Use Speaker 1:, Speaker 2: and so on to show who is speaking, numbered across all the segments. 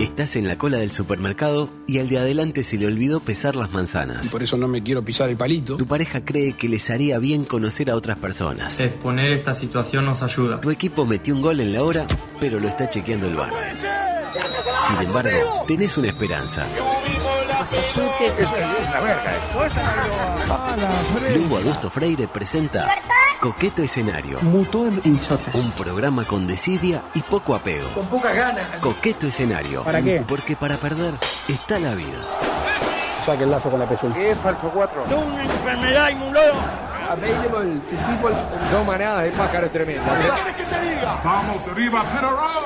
Speaker 1: Estás en la cola del supermercado y al de adelante se le olvidó pesar las manzanas.
Speaker 2: Por eso no me quiero pisar el palito.
Speaker 1: Tu pareja cree que les haría bien conocer a otras personas.
Speaker 3: Exponer esta situación nos ayuda.
Speaker 1: Tu equipo metió un gol en la hora, pero lo está chequeando el bar. Sin embargo, tenés una esperanza. Lugo Augusto Freire presenta Coqueto Escenario.
Speaker 4: Mutó en hinchota.
Speaker 1: Un programa con desidia y poco apego.
Speaker 5: Con pocas ganas.
Speaker 1: Coqueto Escenario.
Speaker 4: ¿Para qué?
Speaker 1: Porque para perder está la vida.
Speaker 2: Saque el lazo con la pezuña.
Speaker 5: ¿Qué es falso 4?
Speaker 6: No, una enfermedad inmunología.
Speaker 5: A el tipo dos manadas de pájaros
Speaker 6: ¿Qué
Speaker 5: tremenda.
Speaker 6: quieres que te diga?
Speaker 7: Vamos arriba, Penarol.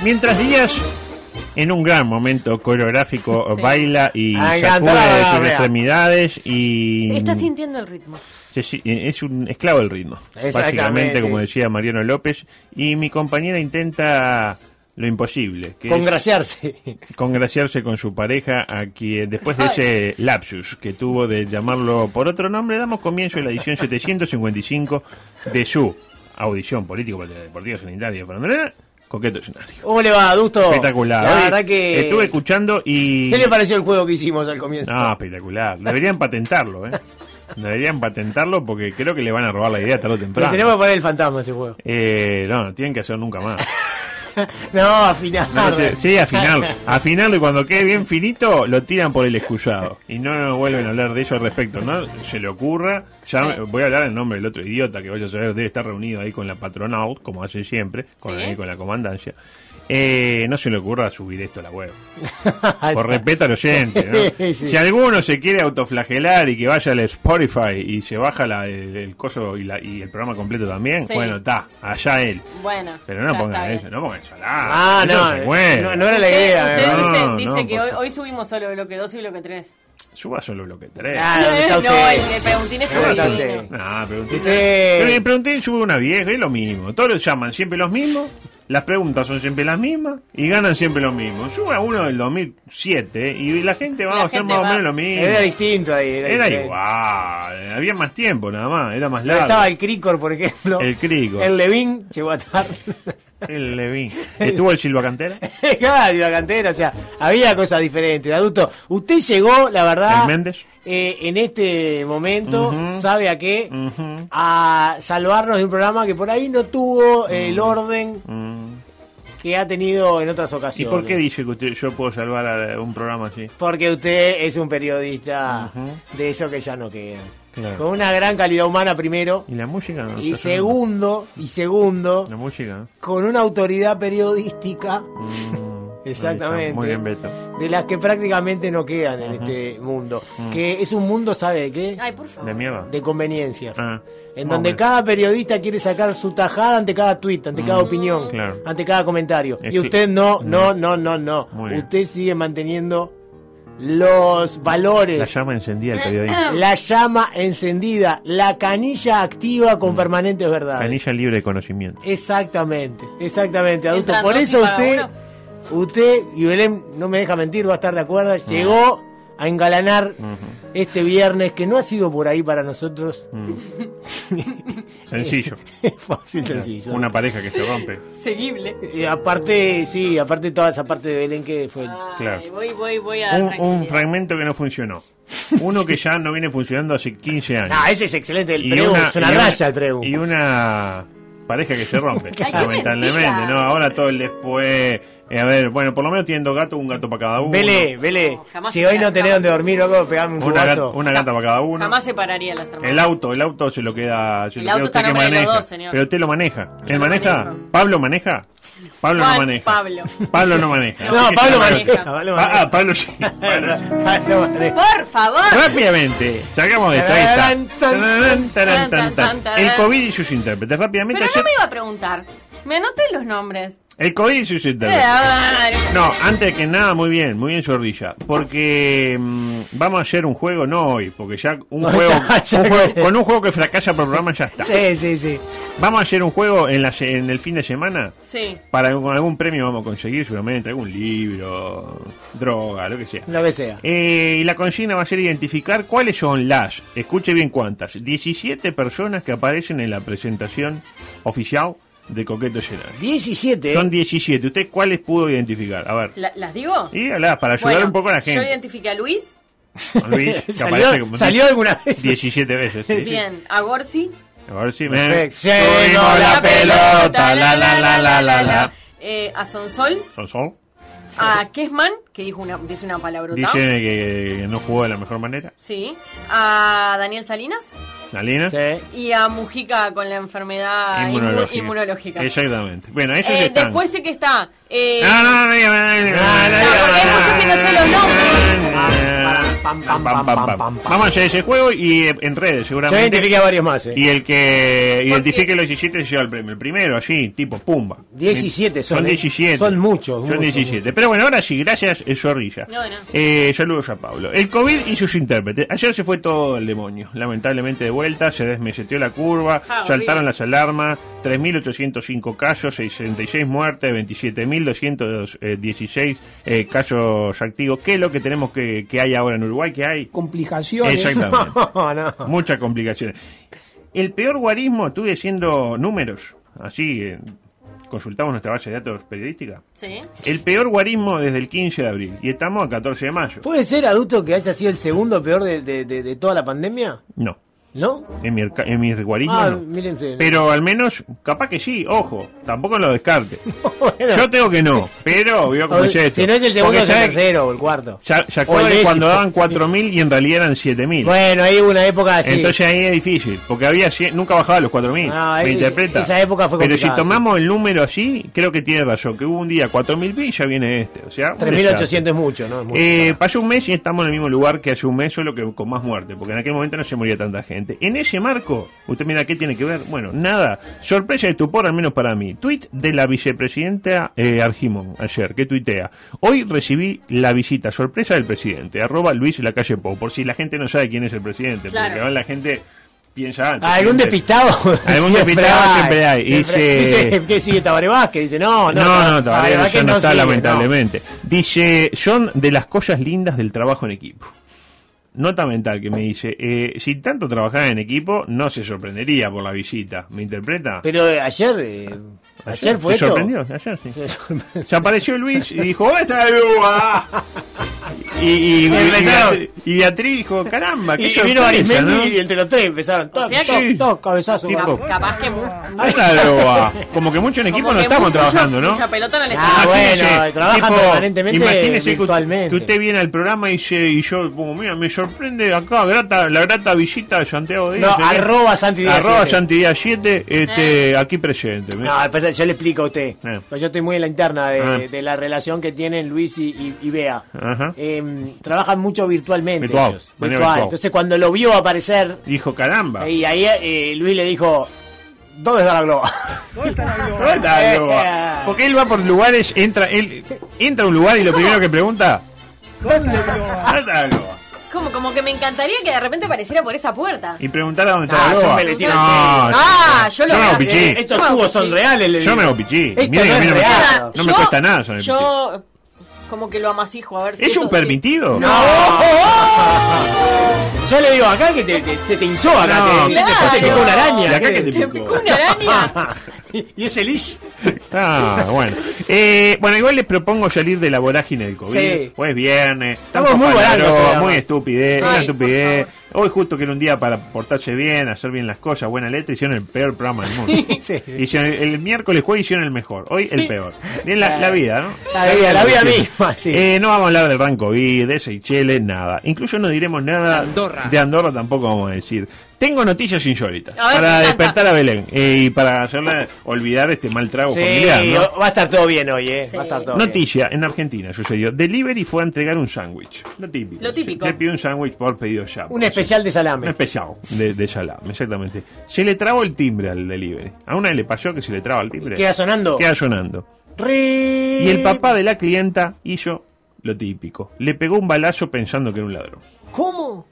Speaker 8: Mientras Díaz, en un gran momento coreográfico,
Speaker 9: Sí.
Speaker 8: baila y
Speaker 2: Ay,
Speaker 8: sacude
Speaker 2: cantaba,
Speaker 8: sus
Speaker 2: Ah, vea.
Speaker 8: extremidades y...
Speaker 9: Sí, está
Speaker 8: Mm.
Speaker 9: sintiendo el ritmo.
Speaker 8: Sí, sí, Es un esclavo del ritmo,
Speaker 2: Exactamente.
Speaker 8: básicamente, como decía Mariano López. Y mi compañera intenta lo imposible, que es
Speaker 2: Congraciarse.
Speaker 8: congraciarse con su pareja, a quien después de ese lapsus que tuvo de llamarlo por otro nombre, damos comienzo a la edición 755 de su audición político deportiva sanitaria de Fernandera, Coqueto Escenario.
Speaker 2: ¿Cómo le va, Adusto?
Speaker 8: Espectacular.
Speaker 2: La
Speaker 8: Oye,
Speaker 2: verdad que...
Speaker 8: Estuve escuchando y.
Speaker 2: ¿Qué le pareció el juego que hicimos al comienzo?
Speaker 8: No, espectacular. Deberían patentarlo, ¿eh? Deberían patentarlo porque creo que le van a robar la idea tarde o
Speaker 2: Le
Speaker 8: temprano.
Speaker 2: tenemos que poner el fantasma a ese juego.
Speaker 8: Eh, no, no tienen que hacer nunca más.
Speaker 2: No, afinar.
Speaker 8: No, no sé, sí, afinarlo. Afinarlo y cuando quede bien finito, lo tiran por el excusado. Y no nos vuelven a hablar de eso al respecto, ¿no? Se le ocurra. Ya me- voy a hablar en nombre del otro idiota que vaya a saber, debe estar reunido ahí con la patronal, como hace siempre, con,
Speaker 9: Sí.
Speaker 8: ahí con la comandancia. Eh, no se le ocurra subir esto a la web. Por respeto al oyente, ¿no?
Speaker 2: Sí.
Speaker 8: Si alguno se quiere autoflagelar y que vaya al Spotify y se baja la- el, el coso y, la- y el programa completo también,
Speaker 9: Sí.
Speaker 8: bueno, está, allá él.
Speaker 9: Bueno.
Speaker 8: Pero no
Speaker 9: ya
Speaker 8: pongan
Speaker 9: está
Speaker 8: eso,
Speaker 9: bien.
Speaker 8: no pongan eso al
Speaker 2: Ah,
Speaker 8: aire, eso
Speaker 2: no,
Speaker 8: se mueve.
Speaker 2: no. no era la idea.
Speaker 9: Usted
Speaker 2: ¿verdad?
Speaker 9: dice,
Speaker 8: No,
Speaker 9: dice
Speaker 8: no,
Speaker 9: que
Speaker 8: por
Speaker 9: hoy,
Speaker 8: favor.
Speaker 9: hoy subimos solo bloque 2 y bloque 3.
Speaker 8: Suba solo bloque 3.
Speaker 2: Ah,
Speaker 9: no,
Speaker 2: ¿dónde está
Speaker 9: el
Speaker 2: usted?
Speaker 9: de Preguntín es
Speaker 2: ¿Dónde está
Speaker 9: divino.
Speaker 2: usted?
Speaker 8: Ah, pregunté.
Speaker 2: Usted-
Speaker 8: Pero le pregunté, sube una vieja, es lo mismo. Todos los llaman siempre los mismos, las preguntas son siempre las mismas y ganan siempre lo mismo. Sube a uno del 2007 y la gente va
Speaker 9: La
Speaker 8: a hacer
Speaker 9: gente
Speaker 8: más
Speaker 9: va.
Speaker 8: o menos lo mismo.
Speaker 2: Era distinto ahí. Era,
Speaker 8: Era
Speaker 2: diferente.
Speaker 8: igual, eh, había más tiempo nada más, era más
Speaker 2: Pero
Speaker 8: largo.
Speaker 2: estaba el Cricor, por ejemplo.
Speaker 8: El Cricor.
Speaker 2: El Levín llegó a tarde.
Speaker 8: El Levín. ¿Estuvo el Silva Cantera?
Speaker 2: claro, y la cantera, o sea, había cosas diferentes. Adulto, usted llegó, la verdad.
Speaker 8: ¿El Méndez?
Speaker 2: eh, en este momento,
Speaker 8: Ujú.
Speaker 2: ¿sabe a qué?
Speaker 8: Ujú.
Speaker 2: A salvarnos de un programa que por ahí no tuvo el orden
Speaker 8: Mm.
Speaker 2: que ha tenido en otras
Speaker 8: ¿Y
Speaker 2: ocasiones.
Speaker 8: por qué dice que usted- yo puedo salvar a un programa así?
Speaker 2: Porque usted es un periodista
Speaker 8: Ujú.
Speaker 2: de eso que ya no queda.
Speaker 8: Claro.
Speaker 2: Con una gran calidad humana primero.
Speaker 8: ¿Y la música? no?
Speaker 2: Y segundo, y segundo,
Speaker 8: La música.
Speaker 2: con una autoridad periodística
Speaker 8: Mm, ahí está.
Speaker 2: Exactamente.
Speaker 8: Muy bien, Beto.
Speaker 2: de las que prácticamente no quedan en este mundo.
Speaker 8: Mm.
Speaker 2: Que es un mundo, ¿sabe de qué?
Speaker 9: Ay, por favor.
Speaker 8: ¿De mierda?
Speaker 2: De conveniencias.
Speaker 8: Ah,
Speaker 2: en
Speaker 8: más o
Speaker 2: donde
Speaker 8: menos.
Speaker 2: cada periodista quiere sacar su tajada ante cada tweet, ante
Speaker 8: Mm.
Speaker 2: cada opinión,
Speaker 8: claro.
Speaker 2: ante cada comentario.
Speaker 8: Es
Speaker 2: y
Speaker 8: que-
Speaker 2: usted no, no, no, no, no.
Speaker 8: Muy bien.
Speaker 2: Usted sigue manteniendo los valores.
Speaker 8: La llama encendida el periodismo.
Speaker 2: La llama encendida, la canilla activa con permanentes verdades.
Speaker 8: Mm. Canilla libre de conocimiento.
Speaker 2: Exactamente, exactamente, adulto.
Speaker 9: Entran
Speaker 2: Por
Speaker 9: dos
Speaker 2: eso
Speaker 9: y cada
Speaker 2: usted,
Speaker 9: uno.
Speaker 2: usted, y Belén no me deja mentir, va a estar de acuerdo,
Speaker 8: Mm.
Speaker 2: llegó a engalanar este viernes que no ha sido por ahí para nosotros.
Speaker 8: Sencillo.
Speaker 2: Fácil, sencillo.
Speaker 8: Mm. Una pareja que se rompe.
Speaker 9: Seguible.
Speaker 2: Eh, aparte, sí, aparte toda esa parte de Belén que fue.
Speaker 9: Ay,
Speaker 8: Claro.
Speaker 9: Voy, voy, voy a.
Speaker 8: Un, un
Speaker 9: tranquilidad.
Speaker 8: fragmento que no funcionó. Uno que ya no viene funcionando hace 15 años.
Speaker 2: Ah, ese es excelente, el preu, es una
Speaker 8: y una-
Speaker 2: raya el preu.
Speaker 8: Y una pareja que se rompe,
Speaker 9: qué
Speaker 8: lamentablemente,
Speaker 9: mentira.
Speaker 8: ¿no? Ahora todo el después. eh, a ver, bueno, por lo menos tienen dos gatos, un gato para cada uno.
Speaker 2: Vele, vele,
Speaker 9: No, jamás
Speaker 2: si hoy no
Speaker 9: jamás.
Speaker 2: tenés donde dormir, loco, pegame un
Speaker 8: Una,
Speaker 2: cubazo.
Speaker 8: gat- una gata para cada uno.
Speaker 9: Jamás separaría las hermanas.
Speaker 8: El auto, el auto se lo queda, se
Speaker 9: El
Speaker 8: lo queda
Speaker 9: auto
Speaker 8: usted
Speaker 9: está a
Speaker 8: que
Speaker 9: nombre de los
Speaker 8: maneja.
Speaker 9: dos, señor.
Speaker 8: Pero usted lo maneja. ¿Él
Speaker 9: lo
Speaker 8: maneja?
Speaker 9: manejo.
Speaker 8: ¿Pablo maneja? Pablo no
Speaker 9: Juan
Speaker 8: maneja.
Speaker 9: Pablo.
Speaker 8: Pablo no maneja.
Speaker 9: No,
Speaker 2: No, Pablo
Speaker 9: maneja.
Speaker 2: maneja, Pablo
Speaker 8: Ah, ah,
Speaker 2: maneja.
Speaker 8: Pablo sí. Pablo sí.
Speaker 2: Pablo maneja.
Speaker 9: Por favor.
Speaker 8: Rápidamente, sacamos de esto. ahí está. Tararán, tarán, tan, tan. El COVID y sus intérpretes. Rápidamente.
Speaker 9: Pero no
Speaker 8: ayer-
Speaker 9: me iba a preguntar. Me anoté los nombres.
Speaker 8: El COVID suscitado. No, antes que nada, muy bien, muy bien, Jordilla. Porque mm, vamos a hacer un juego, no hoy, porque ya un
Speaker 2: No,
Speaker 8: juego,
Speaker 2: ya, ya
Speaker 8: un
Speaker 2: que-
Speaker 8: juego- con un juego que fracasa por programa ya está.
Speaker 2: Sí, sí, sí.
Speaker 8: Vamos a hacer un juego en, la, se- en el fin de semana.
Speaker 9: Sí.
Speaker 8: Para con algún premio vamos a conseguir, seguramente, algún libro, droga, lo que sea.
Speaker 2: Lo que sea.
Speaker 8: Eh, y la consigna va a ser identificar cuáles son las, escuche bien cuántas, 17 personas que aparecen en la presentación oficial de Coqueto Llenar.
Speaker 2: 17.
Speaker 8: Son 17. ¿Usted cuáles pudo identificar? A ver.
Speaker 9: La- ¿Las digo?
Speaker 8: Y habla para ayudar
Speaker 9: Bueno,
Speaker 8: un poco a la
Speaker 9: Yo
Speaker 8: gente.
Speaker 9: identifiqué a Luis,
Speaker 8: A Luis, que aparece
Speaker 2: ¿Salió,
Speaker 8: como
Speaker 2: salió alguna vez?
Speaker 8: 17 veces. sí.
Speaker 9: bien, a Gorsi.
Speaker 8: A ver si me.
Speaker 2: Perfecto. Llegó la pelota,
Speaker 9: Eh, a Sonsol,
Speaker 8: Son sol.
Speaker 9: a Kesman, que dijo una, dice una palabrota.
Speaker 8: Dice que no jugó de la mejor manera.
Speaker 9: Sí. A Daniel Salinas
Speaker 8: Salina.
Speaker 2: Sí.
Speaker 9: y a Mujica con la enfermedad Ah, inmu- inmunológica.
Speaker 8: Exactamente. Bueno, ellos
Speaker 9: Eh,
Speaker 8: están. Ah.
Speaker 9: después sé que está. eh,
Speaker 8: No, no, no, no, no, no, no, Vamos a hacer ese juego y eh, en redes,
Speaker 2: Yo
Speaker 8: seguramente.
Speaker 2: identifiqué a varios más. eh.
Speaker 8: Y el que identifique los 17 se lleva el premio. El primero, así, tipo, pumba.
Speaker 2: 17 son,
Speaker 8: Son
Speaker 2: ¿eh?
Speaker 8: 17.
Speaker 2: Son muchos,
Speaker 8: Son
Speaker 2: muchos,
Speaker 8: 17. Pero bueno, ahora sí, gracias, eh, Zorrilla.
Speaker 9: No, no.
Speaker 8: Eh, saludos a Pablo. El COVID y sus intérpretes. Ayer se fue todo el demonio. Lamentablemente de vuelta, se desmeseteó la curva,
Speaker 9: Ah,
Speaker 8: saltaron las
Speaker 9: horrible.
Speaker 8: alarmas, 3.805 casos, 66 muertes, 27.216 eh, casos activos. ¿Qué es lo que tenemos que, que hay ahora en Uruguay? ¿Qué hay?
Speaker 5: Complicaciones.
Speaker 8: Exactamente.
Speaker 2: No, no.
Speaker 8: Muchas complicaciones. El peor guarismo, estuve haciendo números, así eh, consultamos nuestra base de datos periodística.
Speaker 9: Sí.
Speaker 8: El peor guarismo desde el 15 de abril y estamos a 14 de mayo.
Speaker 2: ¿Puede ser adulto que haya sido el segundo peor de, de- de- de toda la pandemia?
Speaker 8: No,
Speaker 2: ¿No?
Speaker 8: en mi, arca- en mi guarismo
Speaker 2: Ah,
Speaker 8: no.
Speaker 2: miren ustedes.
Speaker 8: Pero al menos, capaz que sí, ojo, tampoco lo descarte.
Speaker 2: Bueno,
Speaker 8: Yo tengo que no, pero vio cómo
Speaker 2: o-
Speaker 8: es esto.
Speaker 2: si no es el segundo,
Speaker 8: Porque
Speaker 2: es el
Speaker 8: sabe-
Speaker 2: tercero o el cuarto.
Speaker 8: sa- ¿Se
Speaker 2: O el
Speaker 8: acuerdan
Speaker 2: décimo.
Speaker 8: cuando daban 4.000 y en realidad eran 7.000?
Speaker 2: Bueno, ahí hubo una época así.
Speaker 8: Entonces ahí es difícil, porque había cien- nunca bajaba a los 4.000.
Speaker 2: Ah,
Speaker 8: ¿Me
Speaker 2: es-
Speaker 8: interpreta?
Speaker 2: esa época fue
Speaker 8: Pero si
Speaker 2: complicada,
Speaker 8: tomamos el número así, creo que tiene razón, que hubo un día 4.000 pi y ya viene este. O sea, un
Speaker 2: 3.800 es mucho, ¿no? Es mucho.
Speaker 8: eh, pasó un mes y estamos en el mismo lugar que hace un mes, solo que con más muerte, porque en aquel momento no se moría tanta gente. En ese marco, usted mira qué tiene que ver. Bueno, nada, sorpresa y estupor, al menos para mí. Tweet de la vicepresidenta eh, Argimon ayer, que tuitea. Hoy recibí la visita sorpresa del presidente, arroba Luis Lacalle Pou, por si la gente no sabe quién es el presidente,
Speaker 9: Claro.
Speaker 8: porque ahora la gente piensa antes.
Speaker 2: Ah, Algún
Speaker 8: piensa-
Speaker 2: despistado.
Speaker 8: Algún despistado siempre hay. Y se-
Speaker 2: Dice, ¿qué sigue Tabaré Vázquez? Dice, no, no.
Speaker 8: No, no, Tabaré
Speaker 2: Vázquez
Speaker 8: ya no está,
Speaker 2: sigue,
Speaker 8: lamentablemente. Dice, son de las cosas lindas del trabajo en equipo. Nota mental que me dice, eh, si tanto trabajaba en equipo, no se sorprendería por la visita. ¿Me interpreta?
Speaker 2: no. Pero eh, ayer, eh, ayer fue
Speaker 8: Se
Speaker 2: esto.
Speaker 8: sorprendió, ayer sí.
Speaker 2: Se sorprendió.
Speaker 8: Se apareció Luis y dijo, ¿dónde está la grúa? Y, y- y-
Speaker 2: Empezaron.
Speaker 8: y Beatriz dijo, caramba, qué
Speaker 2: Y, y vino
Speaker 8: sorpresa,
Speaker 2: Arismendi
Speaker 8: ¿no?
Speaker 2: y entre los tres empezaron. Toc,
Speaker 9: sea
Speaker 2: toc,
Speaker 8: que-
Speaker 2: toc, cabezazo.
Speaker 8: Tipo-
Speaker 2: cabezazo.
Speaker 9: Cap- capaz que. mu-
Speaker 8: Ahí está la grúa. Como que mucho en Ah, equipo
Speaker 9: como
Speaker 8: no
Speaker 9: que
Speaker 8: estamos
Speaker 9: mucho-
Speaker 8: trabajando, ¿no?
Speaker 9: Mucha pelota no le
Speaker 2: Ah,
Speaker 9: está.
Speaker 8: Imagínese,
Speaker 2: bueno, trabajan permanentemente
Speaker 8: imagínese que,
Speaker 2: virtualmente.
Speaker 8: que usted viene al programa y, dice- y yo pongo, mira, me sorprende acá grata, la grata visita de Santiago Díaz.
Speaker 2: No,
Speaker 8: ¿eh?
Speaker 2: arroba Santi Díaz
Speaker 8: Arroba
Speaker 2: 7.
Speaker 8: Santi Díaz 7, este,
Speaker 9: Ah.
Speaker 8: aquí presente. ¿eh?
Speaker 2: No, después yo le explico a usted.
Speaker 8: Eh.
Speaker 2: Pues yo estoy muy en la interna de,
Speaker 8: Ah.
Speaker 2: de la relación que tienen Luis y, y- y Bea.
Speaker 8: Ajá.
Speaker 2: Eh, trabajan mucho virtualmente
Speaker 8: Virtual,
Speaker 2: ellos.
Speaker 8: manera
Speaker 2: Virtual.
Speaker 8: virtual.
Speaker 2: Entonces cuando lo vio aparecer,
Speaker 8: Dijo, caramba.
Speaker 2: ahí, ahí eh, Luis le dijo, ¿dónde está la globa?
Speaker 8: ¿Dónde está el
Speaker 2: Este, ah.
Speaker 8: lugar? Porque él va por lugares, entra, él entra a un lugar y lo primero que pregunta,
Speaker 2: ¿Dónde está la globa?
Speaker 8: ¿dónde está la loba?
Speaker 9: Como, como que me encantaría que de repente apareciera por esa puerta.
Speaker 8: Y preguntar a dónde
Speaker 2: Ah,
Speaker 8: está
Speaker 2: yo
Speaker 8: la loba.
Speaker 2: me le tiro
Speaker 8: No,
Speaker 2: encima.
Speaker 9: Ah, yo lo
Speaker 8: yo me
Speaker 9: voy a
Speaker 8: hago
Speaker 9: hacer.
Speaker 8: pichí.
Speaker 2: Estos
Speaker 9: No,
Speaker 2: tubos son
Speaker 9: sí.
Speaker 2: reales, le
Speaker 8: Yo
Speaker 2: digo.
Speaker 8: me hago pichí.
Speaker 2: Esto
Speaker 8: Miren
Speaker 2: no
Speaker 8: que
Speaker 2: es
Speaker 8: a mí no me,
Speaker 2: real.
Speaker 8: cuesta- no me
Speaker 9: Yo-
Speaker 8: cuesta nada sonar pichí.
Speaker 9: Yo eh, como que lo amasijo a ver si
Speaker 8: ¿Es
Speaker 9: eso
Speaker 8: un
Speaker 9: sí.
Speaker 8: permitido?
Speaker 2: No. Yo le digo acá que te- te- se te hinchó acá,
Speaker 8: No,
Speaker 2: te,
Speaker 9: claro.
Speaker 2: te picó una araña.
Speaker 8: Y acá
Speaker 2: ¿qué?
Speaker 8: que te
Speaker 9: ¿Te picó una araña?
Speaker 2: y es el ish.
Speaker 8: Ah, bueno. Eh, bueno, igual les propongo salir de la vorágine del COVID.
Speaker 2: Sí.
Speaker 8: Hoy es viernes.
Speaker 2: Estamos
Speaker 8: tanto
Speaker 2: muy
Speaker 8: palabra,
Speaker 2: volantes, además.
Speaker 8: Muy estupidez,
Speaker 9: Sí.
Speaker 8: una
Speaker 9: Ay,
Speaker 8: estupidez.
Speaker 9: por
Speaker 8: Hoy justo que era un día para portarse bien, hacer bien las cosas, buena letra, hicieron el peor programa del mundo.
Speaker 2: Sí, sí.
Speaker 8: Hicieron el, el miércoles jueves hicieron el mejor, hoy el peor. Bien la, la vida, ¿no?
Speaker 2: La vida, la vida misma, sí.
Speaker 8: Eh, no vamos a hablar del ranco COVID, de Seychelles, nada. Incluso no diremos nada de Andorra. tampoco vamos a decir. Tengo noticias insólitas
Speaker 9: A ver, me
Speaker 8: para
Speaker 9: encanta.
Speaker 8: despertar a Belén eh, y para hacerla olvidar este mal trago familiar, ¿no?
Speaker 2: va a estar todo bien hoy, ¿eh?
Speaker 9: Sí.
Speaker 2: Va a estar todo bien.
Speaker 8: Noticia, en Argentina sucedió. Delivery fue a entregar un sándwich. Lo típico.
Speaker 9: Lo típico.
Speaker 8: Le pidió un sándwich por pedido ya. Pues,
Speaker 2: Un especial de
Speaker 8: Un
Speaker 2: salame.
Speaker 8: especial de, de salame, exactamente. Se le trabó el timbre al delivery. A una le pasó que se le traba el timbre.
Speaker 2: ¿Queda sonando?
Speaker 8: Queda sonando.
Speaker 2: Rin.
Speaker 8: Y el papá de la clienta hizo lo típico. Le pegó un balazo pensando que era un ladrón.
Speaker 2: ¿Cómo?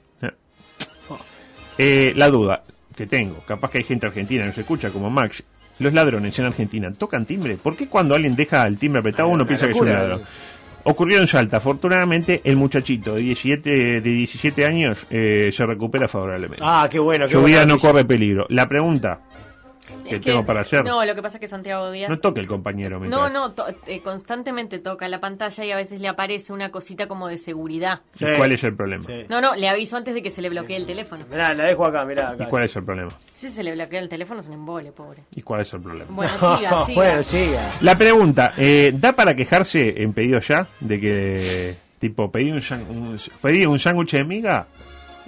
Speaker 8: Eh, la duda que tengo, capaz que hay gente argentina que nos escucha como Max. Los ladrones en Argentina tocan timbre. ¿Por qué cuando alguien deja el timbre apretado uno piensa que es
Speaker 2: locura.
Speaker 8: un ladrón? Ocurrió en Salta. Afortunadamente, el muchachito de 17, de 17 años eh, se recupera favorablemente.
Speaker 2: Ah, qué bueno. qué
Speaker 8: Su vida
Speaker 2: buena
Speaker 8: no
Speaker 2: noticia.
Speaker 8: corre peligro. La pregunta
Speaker 9: Es
Speaker 8: que tengo para hacer.
Speaker 9: No, lo que pasa es que Santiago Díaz.
Speaker 8: No toque el compañero.
Speaker 9: No,
Speaker 8: mientras-
Speaker 9: no, to- eh, constantemente toca la pantalla y a veces le aparece una cosita como de seguridad.
Speaker 8: ¿Y
Speaker 2: Sí.
Speaker 8: cuál es el problema?
Speaker 2: Sí.
Speaker 9: No, no, le aviso antes de que se le bloquee el teléfono.
Speaker 2: Mirá, la dejo acá, mirá.
Speaker 8: ¿Y
Speaker 2: Acá.
Speaker 8: cuál es el problema?
Speaker 9: Si se le bloquea el teléfono es un embole, pobre.
Speaker 8: ¿Y cuál es el problema?
Speaker 9: Bueno, siga, siga.
Speaker 2: Bueno, siga.
Speaker 8: La pregunta, eh, ¿da para quejarse en pedido ya de que, tipo, pedí un, san- un- pedí un sándwich de miga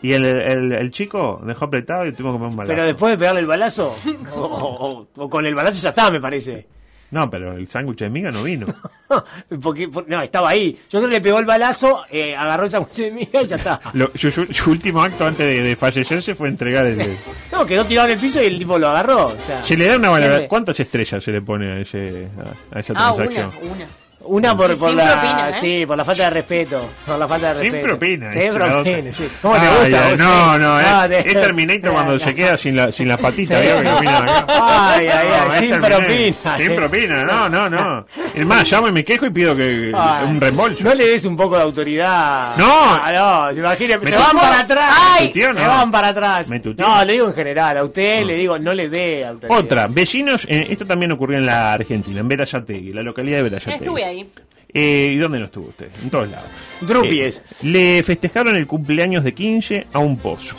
Speaker 8: y el, el- el chico dejó apretado y tuvimos que comer un balazo?
Speaker 2: Pero después de pegarle el balazo, o, o- o- o con el balazo ya está, me parece.
Speaker 8: No, pero el sándwich de miga no vino.
Speaker 2: Porque, por- no, estaba ahí. Yo creo que le pegó el balazo, eh, agarró esa cuchilla de miga y ya está.
Speaker 8: Lo- su, su- su último acto antes de, de fallecerse fue entregar el...
Speaker 2: No, quedó tirado en el piso y el tipo lo agarró. O sea,
Speaker 8: Se le da una valoración.
Speaker 2: Siempre.
Speaker 8: ¿Cuántas estrellas se le pone a, ese, a, a esa
Speaker 9: Ah, una,
Speaker 8: transacción?
Speaker 9: una.
Speaker 2: Una por,
Speaker 9: Y
Speaker 2: por
Speaker 9: sin
Speaker 2: la
Speaker 9: propina, ¿eh?
Speaker 2: sí, por la falta de respeto, por la falta de
Speaker 8: Sin
Speaker 2: respeto.
Speaker 8: propina,
Speaker 2: Sin
Speaker 8: es la otra.
Speaker 2: propina, sí. ¿Cómo te
Speaker 8: Ay,
Speaker 2: gusta?
Speaker 8: ay,
Speaker 2: vos,
Speaker 8: no,
Speaker 2: sí?
Speaker 8: no, es,
Speaker 2: Ah, te-
Speaker 8: es Terminator cuando se queda sin la, sin la patita. ¿vio? Que camina acá.
Speaker 2: Ay, ay, ay,
Speaker 8: No, es
Speaker 2: sin
Speaker 8: Terminator.
Speaker 2: propina. Ah.
Speaker 8: Sin propina, no, no, no. Es más, llamo y me quejo y pido que
Speaker 2: Ay.
Speaker 8: un reembolso.
Speaker 2: No le des un poco de autoridad.
Speaker 8: No.
Speaker 2: Ah, no, te imaginas,
Speaker 8: Me
Speaker 2: se
Speaker 8: tu-
Speaker 2: van para atrás.
Speaker 8: Me tuteó,
Speaker 2: se
Speaker 8: no.
Speaker 2: van para atrás.
Speaker 8: Me tuteó.
Speaker 2: No, le digo en general, a usted le digo, no le dé autoridad.
Speaker 8: Otra, vecinos, eh, esto también ocurrió en la Argentina, en Verayategui, la localidad de
Speaker 9: Ya
Speaker 8: Verayategui.
Speaker 9: estuve ahí.
Speaker 8: Eh, ¿Y dónde no estuvo usted? En todos lados.
Speaker 2: Drupies.
Speaker 8: Eh, le festejaron el cumpleaños de 15 a un pozo.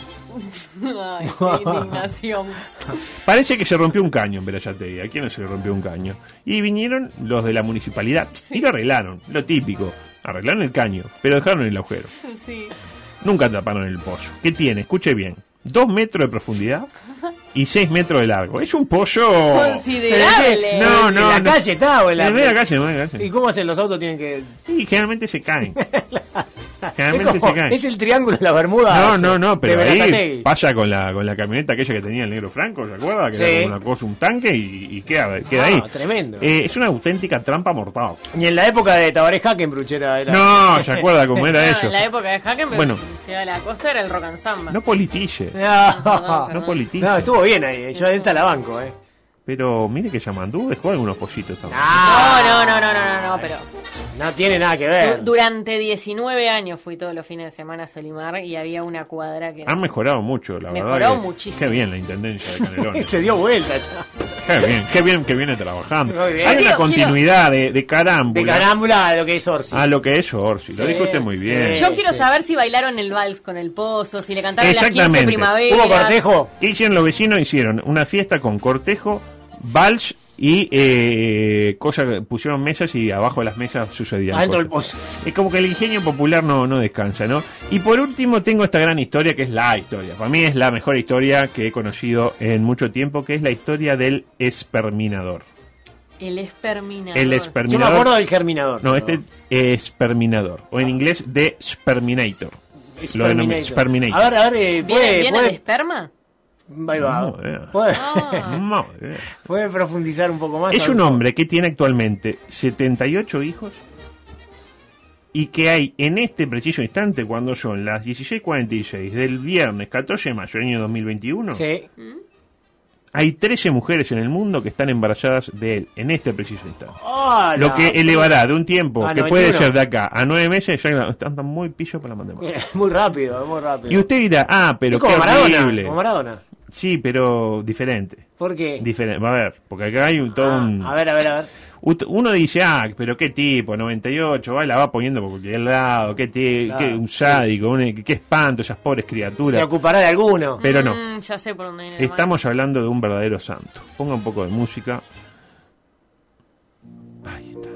Speaker 9: Ay, qué indignación.
Speaker 8: Parece que se rompió un caño en Verayategui. ¿A quién no se le rompió un caño? Y vinieron los de la municipalidad y lo arreglaron, lo típico. Arreglaron el caño, pero dejaron el agujero.
Speaker 9: Sí.
Speaker 8: Nunca taparon el pozo. ¿Qué tiene? Escuche bien. Dos metros de profundidad y seis metros de largo. Es un pollo...
Speaker 9: Considerable.
Speaker 8: No,
Speaker 2: ¿En
Speaker 8: no,
Speaker 2: la
Speaker 8: no.
Speaker 2: calle está o en la,
Speaker 8: En media calle, en media
Speaker 2: ¿Y
Speaker 8: calle.
Speaker 2: cómo hacen los autos? Tienen que.
Speaker 8: Y generalmente se caen.
Speaker 2: Es,
Speaker 8: Generalmente
Speaker 2: como-
Speaker 8: se caen.
Speaker 2: es el triángulo de la Bermuda.
Speaker 8: No,
Speaker 2: o sea,
Speaker 8: no, no, pero
Speaker 2: Ah, de
Speaker 8: ahí
Speaker 2: Verazategui.
Speaker 8: pasa con la, con la camioneta aquella que tenía el negro Franco, ¿se acuerda? Que
Speaker 2: Sí.
Speaker 8: era como una cosa, un tanque y, y queda, queda
Speaker 2: Ah,
Speaker 8: ahí.
Speaker 2: tremendo.
Speaker 8: Eh, es una auténtica trampa mortal.
Speaker 2: Ni en la época de Tabaré Hackenbruchera era.
Speaker 8: No, ¿se acuerda cómo era
Speaker 9: No,
Speaker 8: eso?
Speaker 9: Ah, en la época de Hackenberg,
Speaker 8: Bueno.
Speaker 9: Ciudad de la Costa era el rock and samba.
Speaker 8: No politille,
Speaker 2: No.
Speaker 8: no politille.
Speaker 2: No, estuvo bien ahí. eh. Yo esta la banco, eh.
Speaker 8: Pero mire que Yamandú dejó algunos pollitos también.
Speaker 2: Ah,
Speaker 9: No, no, no, no, no, no, no, pero
Speaker 2: No tiene nada que
Speaker 8: Eh.
Speaker 9: du-
Speaker 2: ver.
Speaker 9: durante 19 años fui todos los fines de semana a Solimar y había una cuadra que...
Speaker 8: Han mejorado mucho, la verdad.
Speaker 9: Mejoró
Speaker 8: que-
Speaker 9: muchísimo.
Speaker 8: Qué bien la intendencia de
Speaker 2: Y
Speaker 8: Canelones.
Speaker 2: se dio vuelta ya.
Speaker 8: Qué bien, qué bien que viene trabajando.
Speaker 2: Muy bien.
Speaker 8: Hay
Speaker 9: Quiero-
Speaker 8: una continuidad de, de carámbula
Speaker 2: De carámbula a lo que es Orsi.
Speaker 8: a lo que es Orsi. Lo
Speaker 9: Sí.
Speaker 8: dijo usted muy bien.
Speaker 2: Sí.
Speaker 9: Yo quiero saber si bailaron el vals con el pozo, si le cantaron las 15
Speaker 8: Exactamente.
Speaker 9: primaveras.
Speaker 2: ¿Hubo cortejo?
Speaker 8: ¿Qué hicieron los vecinos? Hicieron una fiesta con cortejo, vals y eh, cosas que pusieron mesas y abajo de las mesas sucedían
Speaker 2: Adentro del
Speaker 8: cosas. Es como que el ingenio popular no, no descansa, ¿no? Y por último tengo esta gran historia que es la historia. Para mí es la mejor historia que he conocido en mucho tiempo, que es la historia del esperminador.
Speaker 9: El esperminador.
Speaker 8: El
Speaker 2: Yo me
Speaker 8: esperminador.
Speaker 2: acuerdo del germinador.
Speaker 8: No, este es Sperminator. O en inglés, de Sperminator. Lo denomina Sperminator.
Speaker 2: A ver, a ver, eh,
Speaker 9: ¿Viene,
Speaker 2: puede.
Speaker 9: viene
Speaker 2: puede-
Speaker 9: el esperma?
Speaker 2: Ahí va.
Speaker 8: No, eh.
Speaker 2: Puede-
Speaker 9: Ah.
Speaker 8: Madre.
Speaker 2: puede profundizar un poco más.
Speaker 8: Es
Speaker 2: A
Speaker 8: un
Speaker 2: ver.
Speaker 8: hombre que tiene actualmente 78 hijos y que hay en este preciso instante, cuando son las 16.46 del viernes 14 de mayo del año 2021,
Speaker 2: Sí.
Speaker 8: hay 13 mujeres en el mundo que están embarazadas de él en este preciso instante.
Speaker 2: Hola.
Speaker 8: Lo que elevará de un tiempo
Speaker 2: Ah,
Speaker 8: que puede
Speaker 2: 91.
Speaker 8: ser de acá a 9 meses, ya están muy pillo para la matemática.
Speaker 2: Muy rápido, muy rápido.
Speaker 8: Y usted dirá, ah, pero
Speaker 2: Es como
Speaker 8: qué
Speaker 2: Maradona.
Speaker 8: horrible.
Speaker 2: Como Maradona.
Speaker 8: Sí, pero diferente.
Speaker 2: ¿Por qué?
Speaker 8: Diferente. A ver, porque acá hay un, todo
Speaker 2: Ah,
Speaker 8: un-
Speaker 2: A ver, a ver, a ver.
Speaker 8: Ut- Uno dice, ah, pero qué tipo, 98, va, la va poniendo por cualquier lado, qué, ti-
Speaker 2: Claro.
Speaker 8: qué- un sádico, un- qué espanto, esas pobres
Speaker 2: Se
Speaker 8: criaturas.
Speaker 2: ocupará de alguno.
Speaker 8: Pero no,
Speaker 9: Mm, ya sé por dónde viene. la mano.
Speaker 8: estamos hablando de un verdadero santo. Ponga un poco de música. Ahí está.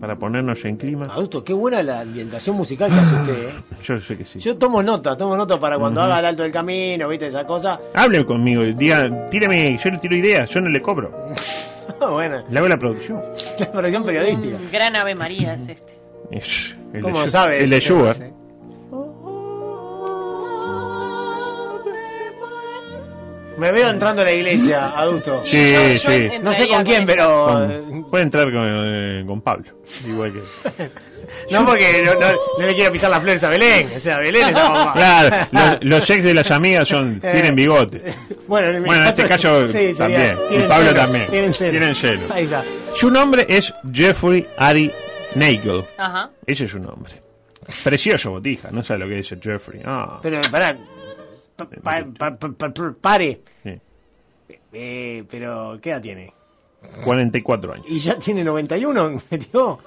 Speaker 8: Para ponernos en clima.
Speaker 2: Adulto, qué buena la ambientación musical que hace usted, eh.
Speaker 8: Yo sé que sí.
Speaker 2: Yo tomo nota, tomo nota para cuando haga el alto del camino, viste, esa cosa.
Speaker 8: Hable conmigo, diga, tíreme, yo le tiro ideas, yo no le cobro.
Speaker 2: Ah, bueno,
Speaker 8: Le hago la producción.
Speaker 2: la producción periodística.
Speaker 9: Un gran Ave María es este.
Speaker 8: Es- el
Speaker 2: ¿Cómo
Speaker 8: de Schu-
Speaker 2: sabe?
Speaker 8: El de
Speaker 2: ese tema,
Speaker 8: Schubert.
Speaker 2: sí? Me veo entrando a la iglesia, adulto.
Speaker 9: Y
Speaker 8: Sí,
Speaker 9: yo- yo
Speaker 8: sí.
Speaker 9: entraría
Speaker 2: No sé con quién,
Speaker 9: esto.
Speaker 2: pero.
Speaker 8: Con- puede entrar con, eh, con Pablo. Igual que.
Speaker 2: No porque no, no- no le quiero pisar las flores a Belén. O sea, Belén está guapa.
Speaker 8: Claro,
Speaker 2: Ah.
Speaker 8: los, los ex de las amigas son,
Speaker 2: Eh.
Speaker 8: tienen bigote.
Speaker 2: Bueno, en, mi
Speaker 8: Bueno, en este caso también. Y
Speaker 2: tienen
Speaker 8: Pablo
Speaker 2: celos,
Speaker 8: también.
Speaker 2: Tienen celos.
Speaker 8: Tienen celos.
Speaker 2: Ahí está.
Speaker 8: Su nombre es Jeffrey Ari Nagel.
Speaker 9: Ajá.
Speaker 8: Ese es su nombre. Precioso botija, no sabe lo que dice Jeffrey. Ah,
Speaker 2: Pero pará. Pa- pa- pa- pa- pa- pa- pare.
Speaker 8: Eh, sí.
Speaker 2: Eh, pero, ¿qué edad tiene?
Speaker 8: 44 años.
Speaker 2: Y ya tiene 91, tío.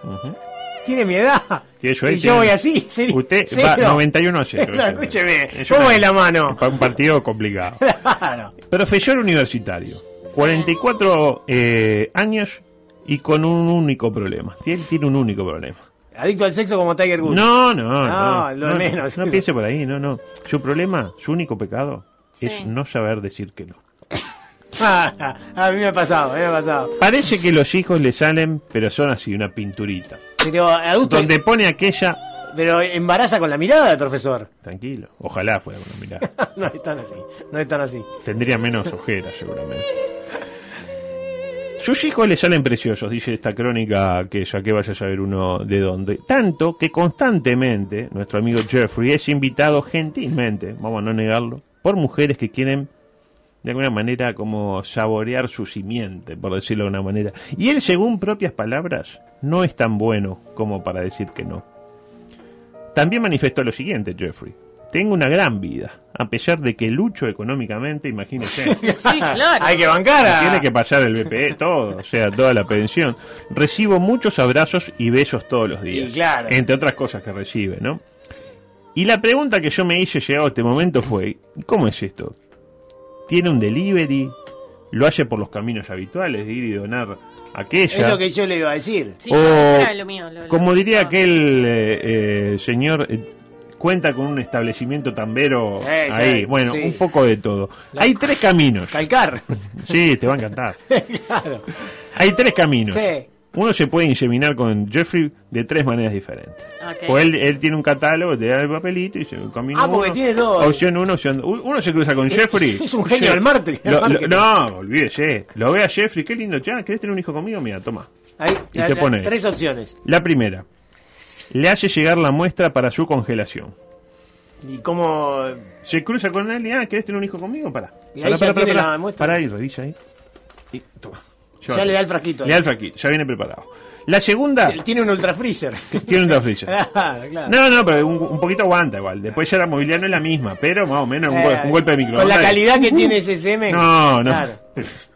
Speaker 2: Tiene mi edad.
Speaker 8: Tiene su
Speaker 2: y
Speaker 8: edad,
Speaker 2: yo
Speaker 8: tiene-
Speaker 2: voy así. serio,
Speaker 8: Usted
Speaker 2: serio.
Speaker 8: va 91 a 0.
Speaker 2: No, escúcheme,
Speaker 8: una-
Speaker 2: ¿cómo es la mano?
Speaker 8: pa- Un partido complicado.
Speaker 2: Claro.
Speaker 8: Profesor universitario. 44 eh, años y con un único problema. Él tiene un único problema.
Speaker 2: Adicto al sexo como Tiger Woods.
Speaker 8: No, no, no.
Speaker 2: No, lo menos.
Speaker 8: No piense por ahí, no, no. Su problema, su único pecado
Speaker 9: Sí.
Speaker 8: es no saber decir que no.
Speaker 2: a mí me ha pasado, a mí me ha pasado.
Speaker 8: Parece que los hijos le salen, pero son así, una pinturita.
Speaker 2: Pero, adulto,
Speaker 8: Donde pone aquella.
Speaker 2: pero embaraza con la mirada del profesor.
Speaker 8: Tranquilo, ojalá fuera una mirada.
Speaker 2: No están así, no están así.
Speaker 8: Tendría menos ojeras, seguramente. Sus hijos le salen preciosos, dice esta crónica que saqué, vaya a saber uno de dónde. Tanto que constantemente nuestro amigo Jeffrey es invitado gentilmente, vamos a no negarlo, por mujeres que quieren de alguna manera como saborear su simiente, por decirlo de una manera. Y él, según propias palabras, no es tan bueno como para decir que no. También manifestó lo siguiente, Jeffrey. Tengo una gran vida, a pesar de que lucho económicamente, imagínese.
Speaker 9: Sí, claro.
Speaker 2: Hay que bancar a...
Speaker 8: Tiene que pasar el BPE, todo, o sea, toda la pensión. Recibo muchos abrazos y besos todos los días.
Speaker 2: Y claro.
Speaker 8: Entre otras cosas que recibe, ¿no? Y la pregunta que yo me hice llegado a este momento fue, ¿cómo es esto? ¿Tiene un delivery? ¿Lo hace por los caminos habituales de ir y donar aquella?
Speaker 2: Es lo que yo le iba a decir.
Speaker 9: Sí,
Speaker 8: O,
Speaker 9: yo, eso era lo mío, lo- lo
Speaker 8: como
Speaker 9: que
Speaker 8: diría
Speaker 9: pensaba.
Speaker 8: aquel eh, eh, señor, eh, cuenta con un establecimiento tambero
Speaker 2: Eh, sí,
Speaker 8: ahí. bueno,
Speaker 2: sí.
Speaker 8: un poco de todo. Hay tres caminos.
Speaker 2: Calcar.
Speaker 8: Sí, te va a encantar.
Speaker 2: claro.
Speaker 8: Hay tres caminos.
Speaker 2: Sí.
Speaker 8: Uno se puede inseminar con Jeffrey de tres maneras diferentes.
Speaker 9: Ok.
Speaker 8: O él, él tiene un catálogo, te da el papelito y se camina.
Speaker 2: Ah, porque
Speaker 8: uno,
Speaker 2: tiene dos.
Speaker 8: Opción uno, opción dos. Uno se cruza con Jeffrey.
Speaker 2: es un genio del marketing,
Speaker 8: Lo- lo-
Speaker 2: marketing.
Speaker 8: no, olvídese. Lo ve a Jeffrey, qué lindo. Ya, ¿querés tener un hijo conmigo? Mira, toma.
Speaker 2: Ahí,
Speaker 8: Y te pone-
Speaker 2: Tres opciones.
Speaker 8: La primera. Le hace llegar la muestra para su congelación.
Speaker 2: Y cómo...
Speaker 8: Se cruza con él y, ah, ¿querés tener un hijo conmigo? Para.
Speaker 2: Y ahí ya
Speaker 8: para,
Speaker 2: tiene la muestra.
Speaker 8: Para ahí, revisa ahí. Y toma.
Speaker 2: Ya le da el frasquito.
Speaker 8: Le da el frasquito, ya viene preparado. La segunda.
Speaker 2: Tiene un ultra freezer.
Speaker 8: Tiene un freezer.
Speaker 2: claro, claro.
Speaker 8: No, no, pero un, un poquito aguanta igual. Después ya la movilidad no es la misma, pero más o menos un, gol-
Speaker 2: Eh,
Speaker 8: un golpe de
Speaker 2: Con
Speaker 8: microondas.
Speaker 2: la calidad que tiene ese semen.
Speaker 8: Uh. No, no.
Speaker 2: Claro.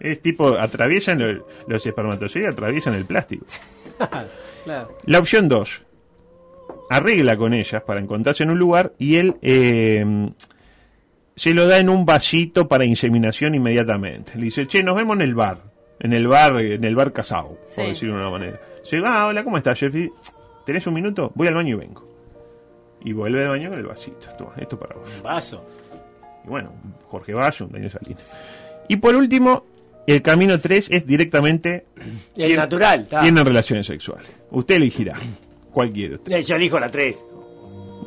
Speaker 8: Es tipo, atraviesan lo- los espermatozoides, atraviesan el plástico.
Speaker 2: Claro.
Speaker 8: La opción 2. Arregla con ellas para encontrarse en un lugar y él eh, se lo da en un vasito para inseminación inmediatamente. Le dice, che, nos vemos en el bar. En el bar, en el bar casado,
Speaker 9: Sí.
Speaker 8: por decirlo de una manera. Llega, "Ah, hola, ¿cómo estás, Jeffy? ¿Tenés un minuto? Voy al baño y vengo. Y vuelve al baño con el vasito. Toma, esto para vos.
Speaker 2: Vaso.
Speaker 8: Y bueno, Jorge Valle, un Daniel Salinas. Y por último, el camino 3 es directamente
Speaker 2: Y el natural. está.
Speaker 8: tienen relaciones sexuales. Usted elegirá. ¿Cuál quiere usted?
Speaker 2: Eh, Yo elijo la tres.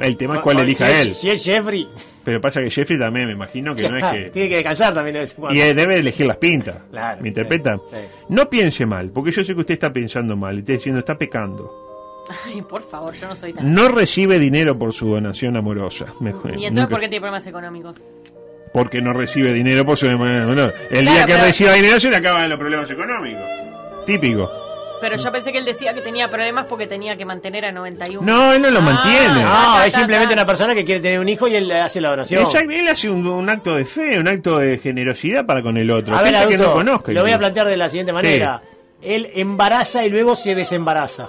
Speaker 8: El tema es cuál
Speaker 2: O- o
Speaker 8: elija
Speaker 2: si es-
Speaker 8: él.
Speaker 2: Si es Jeffrey.
Speaker 8: Pero pasa que Jeffrey también, me imagino que no
Speaker 2: Tiene
Speaker 8: es que.
Speaker 2: que descansar también de vez en cuando.
Speaker 8: Y él debe elegir las pintas.
Speaker 2: Claro,
Speaker 8: ¿Me interpreta?
Speaker 2: sí, sí.
Speaker 8: No piense mal, porque yo sé que usted está pensando mal. Está diciendo, está pecando.
Speaker 9: Ay, por favor, yo no soy tan.
Speaker 8: No recibe dinero por su donación amorosa. Mejor,
Speaker 9: ¿Y entonces
Speaker 8: nunca-
Speaker 9: por qué tiene problemas económicos?
Speaker 8: Porque no recibe dinero por su donación amorosa. El día
Speaker 9: Claro,
Speaker 8: que
Speaker 9: pero-
Speaker 8: reciba dinero se le acaban los problemas económicos. Típico.
Speaker 9: Pero yo pensé que él decía que tenía problemas porque tenía que mantener a 91.
Speaker 8: No, él no lo
Speaker 9: Ah.
Speaker 8: mantiene.
Speaker 2: No,
Speaker 9: Ta,
Speaker 2: es
Speaker 9: ta,
Speaker 2: simplemente
Speaker 9: ta.
Speaker 2: una persona que quiere tener un hijo y él le hace la donación.
Speaker 8: Exacto, él hace un, un acto de fe, un acto de generosidad para con el otro.
Speaker 2: A ver,
Speaker 8: Gente que
Speaker 2: adulto,
Speaker 8: no conozca.
Speaker 2: lo voy a
Speaker 8: incluso.
Speaker 2: plantear de la siguiente manera. Él embaraza y luego se desembaraza.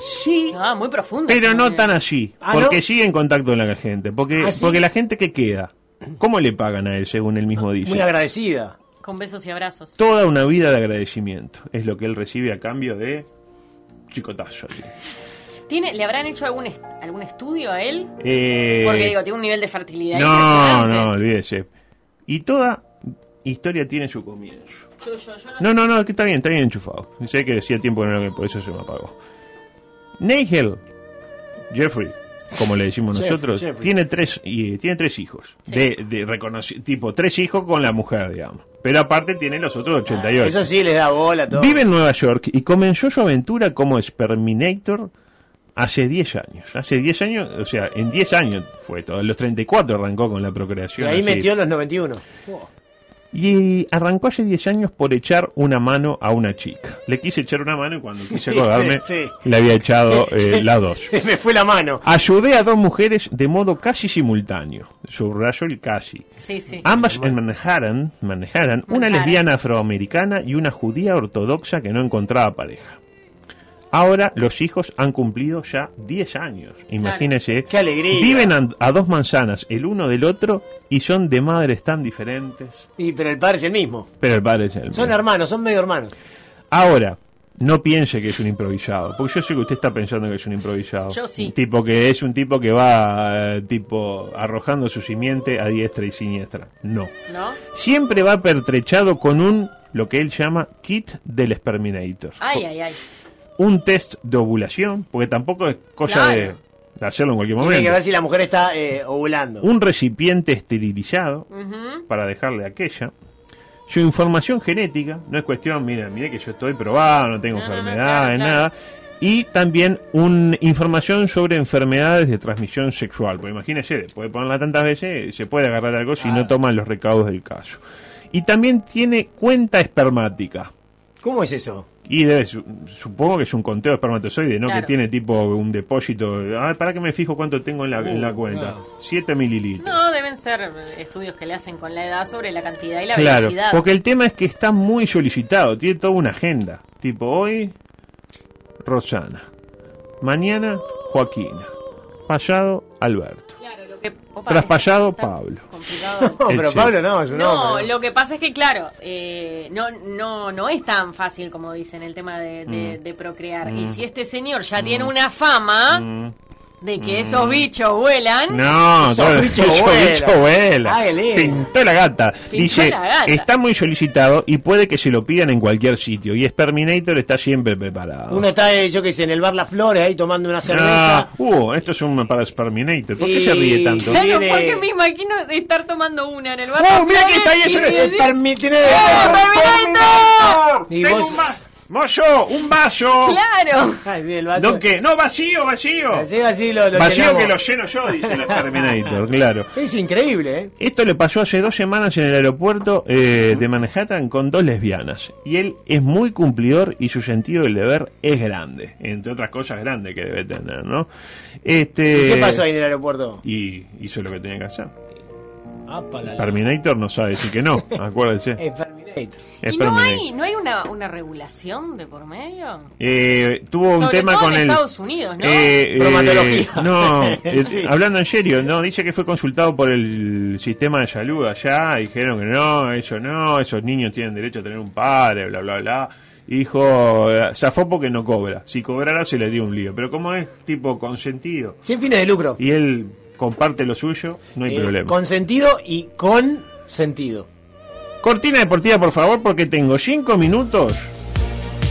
Speaker 8: Sí,
Speaker 9: Ah, muy profundo.
Speaker 8: pero
Speaker 9: ese
Speaker 8: no
Speaker 9: hombre.
Speaker 8: tan así.
Speaker 2: Ah,
Speaker 8: porque
Speaker 2: ¿no?
Speaker 8: sigue en contacto con la gente. Porque,
Speaker 2: Ah, ¿sí?
Speaker 8: porque la gente que queda, ¿cómo le pagan a él, según él mismo dice?
Speaker 2: Ah, Muy agradecida.
Speaker 9: Con besos y abrazos.
Speaker 8: Toda una vida de agradecimiento. Es lo que él recibe a cambio de chicotazo.
Speaker 9: ¿Tiene, ¿Le habrán hecho algún, est- algún estudio a él?
Speaker 8: Eh,
Speaker 9: Porque digo, tiene un nivel de fertilidad.
Speaker 8: no,
Speaker 9: impresionante.
Speaker 8: no, olvídese. Y toda historia tiene su comienzo.
Speaker 9: Yo, yo, yo no-
Speaker 8: No, no, no, que está bien, está bien enchufado. Sé que decía tiempo que no lo por eso se me apagó. Nigel, Jeffrey, como le decimos
Speaker 2: Jeff-
Speaker 8: nosotros,
Speaker 2: Jeffrey.
Speaker 8: tiene tres y tiene tres hijos.
Speaker 9: Sí.
Speaker 8: De, de reconoci- tipo tres hijos con la mujer, digamos. Pero aparte tiene los otros 88.
Speaker 2: Eso sí, les da bola a todo.
Speaker 8: Vive en Nueva York y comenzó su aventura como Sperminator hace 10 años. Hace 10 años, o sea, en 10 años fue todo. A los 34 arrancó con la
Speaker 2: y
Speaker 8: procreación.
Speaker 2: ahí
Speaker 8: así.
Speaker 2: metió los 91. Oh.
Speaker 8: Y arrancó hace 10 años por echar una mano a una chica. Le quise echar una mano y cuando quise acordarme,
Speaker 2: Sí.
Speaker 8: le había echado eh, la dos.
Speaker 2: Me fue la mano.
Speaker 8: Ayudé a dos mujeres de modo casi simultáneo. Subrayo el casi.
Speaker 9: Sí, sí.
Speaker 8: Ambas en Manhattan, Manhattan, una
Speaker 9: Manhattan.
Speaker 8: lesbiana afroamericana y una judía ortodoxa que no encontraba pareja. Ahora los hijos han cumplido ya 10 años. Imagínense.
Speaker 2: Qué alegría.
Speaker 8: Viven a, a dos manzanas, el uno del otro, y son de madres tan diferentes.
Speaker 2: Y, pero el padre es el mismo.
Speaker 8: Pero el padre es el
Speaker 2: Son
Speaker 8: mismo.
Speaker 2: hermanos, son medio hermanos.
Speaker 8: Ahora, no piense que es un improvisado, porque yo sé que usted está pensando que es un improvisado.
Speaker 9: Yo sí.
Speaker 8: Un Tipo que es un tipo que va eh, tipo arrojando su simiente a diestra y siniestra. No.
Speaker 9: ¿No?
Speaker 8: Siempre va pertrechado con un lo que él llama kit del Sperminator.
Speaker 9: Ay, ay, ay.
Speaker 8: Un test de ovulación, porque tampoco es cosa de-
Speaker 9: Claro.
Speaker 8: de hacerlo en cualquier
Speaker 2: Tiene que
Speaker 8: momento. Uh.
Speaker 2: ver si la mujer está eh, ovulando.
Speaker 8: Un recipiente esterilizado,
Speaker 9: Ujú.
Speaker 8: para dejarle aquella. Su información genética, no es cuestión, mira, mire que yo estoy probado, no tengo
Speaker 9: No, no, no,
Speaker 8: enfermedades,
Speaker 9: claro, claro.
Speaker 8: nada. Y también un, información sobre enfermedades de transmisión sexual. Porque imagínese, después de ponerla tantas veces, se puede agarrar algo si no toman los recaudos del caso. Y también tiene cuenta espermática.
Speaker 2: ¿Cómo es eso?
Speaker 8: Y debe, su- supongo que es un conteo de espermatozoides, ¿no?
Speaker 9: Claro.
Speaker 8: Que tiene tipo un depósito. Ah, para que me fijo cuánto tengo en la, en la cuenta. 7 mililitros.
Speaker 9: Uh, No, deben ser estudios que le hacen con la edad sobre la cantidad y la
Speaker 8: claro,
Speaker 9: velocidad.
Speaker 8: porque el tema es que está muy solicitado, tiene toda una agenda. Tipo, hoy Rosana, mañana Joaquina, pasado Alberto.
Speaker 9: Claro, lo que- opa,
Speaker 8: Traspasado,
Speaker 9: es tan
Speaker 8: Pablo.
Speaker 9: complicado.
Speaker 2: No,
Speaker 8: El
Speaker 2: pero
Speaker 8: chef.
Speaker 2: Pablo no, es un
Speaker 9: No,
Speaker 2: hombre.
Speaker 9: lo que pasa es que, claro, eh, no, no, no es tan fácil como dicen el tema de,
Speaker 8: Mm.
Speaker 9: de- de procrear. Y si este señor ya tiene una fama
Speaker 8: Mm.
Speaker 9: de que esos bichos vuelan,
Speaker 8: No,
Speaker 2: Esos
Speaker 8: todo el
Speaker 2: bichos
Speaker 8: bicho
Speaker 2: vuelan.
Speaker 8: bicho vuela.
Speaker 2: Ah, el ego.
Speaker 8: Pintó la gata.
Speaker 9: Pintó
Speaker 8: Dice,
Speaker 9: la gata.
Speaker 8: está muy solicitado y puede que se lo pidan en cualquier sitio. Y Sperminator está siempre preparado.
Speaker 2: Uno está, eh, yo qué sé, en el bar Las Flores ahí tomando una cerveza.
Speaker 8: Ah, uh, esto es un para Sperminator. ¿Por qué
Speaker 2: Y-
Speaker 8: se ríe tanto?
Speaker 9: claro,
Speaker 2: viene-
Speaker 9: porque me imagino de estar tomando una en el bar.
Speaker 8: ¡Oh, mira que está ahí ese- ¡Oh,
Speaker 9: Y ¡Oh, decir,
Speaker 2: Permitiré.
Speaker 9: ¡Terminator!
Speaker 2: Y
Speaker 8: Tengo
Speaker 2: vos-
Speaker 8: un va- ¡Moyo! ¡Un vaso!
Speaker 9: ¡Claro!
Speaker 2: Ay, bien, el vaso.
Speaker 8: ¿No qué? ¡No, vacío, vacío!
Speaker 2: Así, así lo, lo
Speaker 8: vacío
Speaker 2: llenamos.
Speaker 8: que lo lleno yo, dice la Terminator, claro.
Speaker 2: Es increíble, ¿eh?
Speaker 8: Esto le pasó hace dos semanas en el aeropuerto eh, de Manhattan con dos lesbianas. Y él es muy cumplidor y su sentido del deber es grande. Entre otras cosas grandes que debe tener, ¿no? Este,
Speaker 2: ¿Qué pasó ahí en el aeropuerto?
Speaker 8: Y hizo lo que tenía que hacer.
Speaker 2: Apa, la-
Speaker 8: Terminator no sabe decir que no, acuérdense.
Speaker 2: Eh, Terminator.
Speaker 8: Es
Speaker 9: ¿Y no
Speaker 8: Terminator.
Speaker 9: hay, no hay una, una regulación de por medio?
Speaker 8: Eh, tuvo un
Speaker 9: Sobre
Speaker 8: tema
Speaker 9: todo
Speaker 8: con
Speaker 9: en
Speaker 8: el
Speaker 9: Estados Unidos, ¿no?
Speaker 8: Eh, eh,
Speaker 2: Bromatología.
Speaker 8: no, eh,
Speaker 2: Sí.
Speaker 8: hablando en serio, no, dice que fue consultado por el sistema de salud allá, dijeron que no, eso no, esos niños tienen derecho a tener un padre, bla, bla, bla. Y dijo, eh, zafó porque no cobra. Si cobrara se le haría un lío. Pero como es tipo consentido
Speaker 2: Sin fines de lucro.
Speaker 8: y él comparte lo suyo, no hay
Speaker 2: Eh,
Speaker 8: problema.
Speaker 2: Con sentido y con sentido.
Speaker 8: Cortina deportiva, por favor, porque tengo cinco minutos.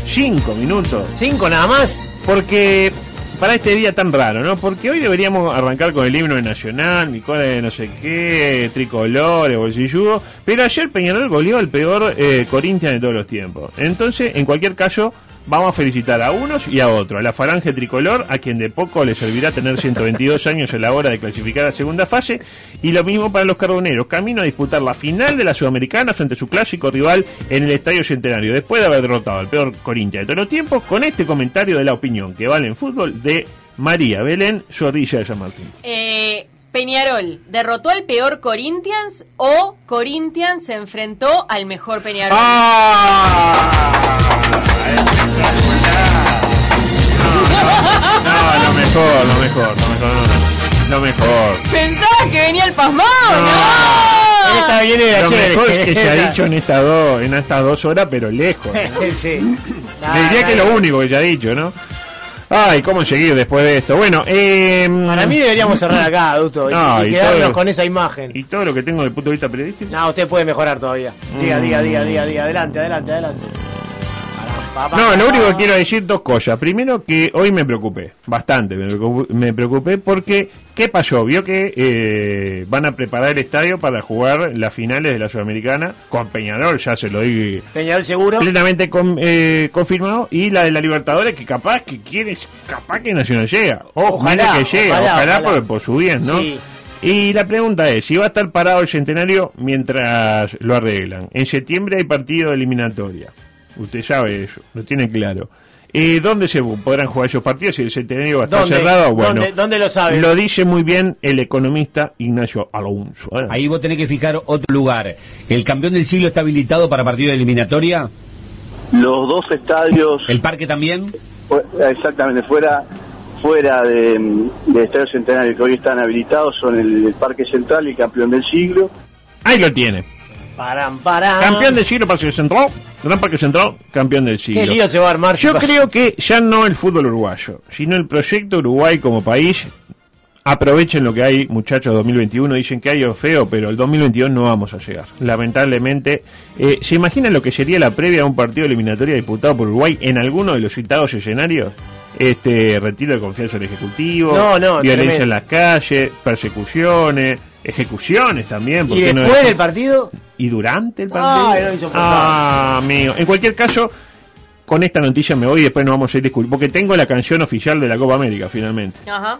Speaker 8: Cinco minutos.
Speaker 2: Cinco nada más.
Speaker 8: Porque para este día tan raro, ¿no? Porque hoy deberíamos arrancar con el himno nacional, mi cola de no sé qué, tricolores, bolsilludo. Pero ayer Peñarol goleó al peor eh, Corinthians de todos los tiempos. Entonces, en cualquier caso, vamos a felicitar a unos y a otros. A la falange tricolor, a quien de poco le servirá tener 122 años a la hora de clasificar a segunda fase. Y lo mismo para los carboneros, camino a disputar la final de la Sudamericana frente a su clásico rival en el Estadio Centenario. Después de haber derrotado al peor Corinthians de todos los tiempos, con este comentario de la opinión que vale en fútbol de María Belén Zorrilla de San Martín.
Speaker 9: Eh, Peñarol, ¿derrotó al peor Corinthians o Corinthians se enfrentó al mejor Peñarol?
Speaker 8: ¡Ah! No, lo mejor, lo mejor, lo mejor, no, no. lo mejor.
Speaker 9: Pensaba que venía el pasmón,
Speaker 2: Él
Speaker 9: ¿no?
Speaker 2: estaba bien de
Speaker 8: Lo
Speaker 2: ayer.
Speaker 8: mejor que se ha dicho en estas dos, en estas dos horas, pero lejos. ¿no?
Speaker 2: sí.
Speaker 8: Le diría que es lo único que ya ha dicho, ¿no? Ay, ¿cómo seguir después de esto? Bueno, eh,
Speaker 2: Para mí deberíamos cerrar acá, adulto. y-
Speaker 8: No,
Speaker 2: y,
Speaker 8: y
Speaker 2: quedarnos
Speaker 8: todo-
Speaker 2: con esa imagen.
Speaker 8: Y todo lo que tengo desde el punto de vista periodístico. Mm.
Speaker 2: No, usted puede mejorar todavía. Diga, diga, diga, diga, diga. Adelante, adelante, adelante. Pará,
Speaker 8: No, lo único que quiero decir dos cosas. Primero que hoy me preocupé, bastante me preocupé, me preocupé porque ¿qué pasó? Vio que eh, van a preparar el estadio para jugar las finales de la Sudamericana con Peñarol, ya se lo di
Speaker 2: Peñarol seguro.
Speaker 8: plenamente con- eh, confirmado, y la de la Libertadores que capaz que quiere, capaz que Nacional llega. Ojalá,
Speaker 2: Ojalá,
Speaker 8: que llegue, ojalá,
Speaker 2: ojalá, ojalá.
Speaker 8: Por, por su bien, ¿no?
Speaker 2: Sí.
Speaker 8: Y la pregunta es, si va a estar parado el centenario mientras lo arreglan. En septiembre hay partido de eliminatoria. Usted sabe eso, lo tiene claro. Eh, ¿Dónde se podrán jugar esos partidos? Si el centenario va a estar
Speaker 2: ¿Dónde?
Speaker 8: cerrado, bueno.
Speaker 2: ¿Dónde- dónde lo sabe?
Speaker 8: Lo dice muy bien el economista Ignacio Alonso. ¿eh?
Speaker 10: Ahí vos tenés que fijar otro lugar. ¿El campeón del siglo está habilitado para partido de eliminatoria?
Speaker 4: Los dos estadios,
Speaker 10: ¿El parque también?
Speaker 4: fu- exactamente, fuera fuera de, mm, de Estadio Centenario que hoy están habilitados son el, el Parque Central y el Campeón del Siglo.
Speaker 8: Ahí lo tiene.
Speaker 2: Parán, parán.
Speaker 8: Campeón del siglo, Parque Central. Gran Parque Central, campeón del siglo.
Speaker 2: Qué lío se va a armar.
Speaker 8: Yo
Speaker 2: chicos.
Speaker 8: creo que ya no el fútbol uruguayo, sino el proyecto Uruguay como país. Aprovechen lo que hay, muchachos, 2021. Dicen que hay o feo, pero el 2022 no vamos a llegar. Lamentablemente, Eh, ¿se imaginan lo que sería la previa a un partido eliminatorio disputado por Uruguay en alguno de los citados escenarios? Este retiro de confianza del Ejecutivo,
Speaker 2: No, no,
Speaker 8: violencia
Speaker 2: tremendo.
Speaker 8: en las calles, persecuciones, ejecuciones también. ¿por
Speaker 2: ¿Y
Speaker 8: qué no
Speaker 2: después del
Speaker 8: decir?
Speaker 2: partido?
Speaker 8: y durante el
Speaker 2: Ah,
Speaker 8: partido.
Speaker 2: era insoportable.
Speaker 8: Ah, amigo. En cualquier caso, con esta noticia me voy y después nos vamos a ir disculpando. Porque tengo la canción oficial de la Copa América, finalmente.
Speaker 9: Ajá.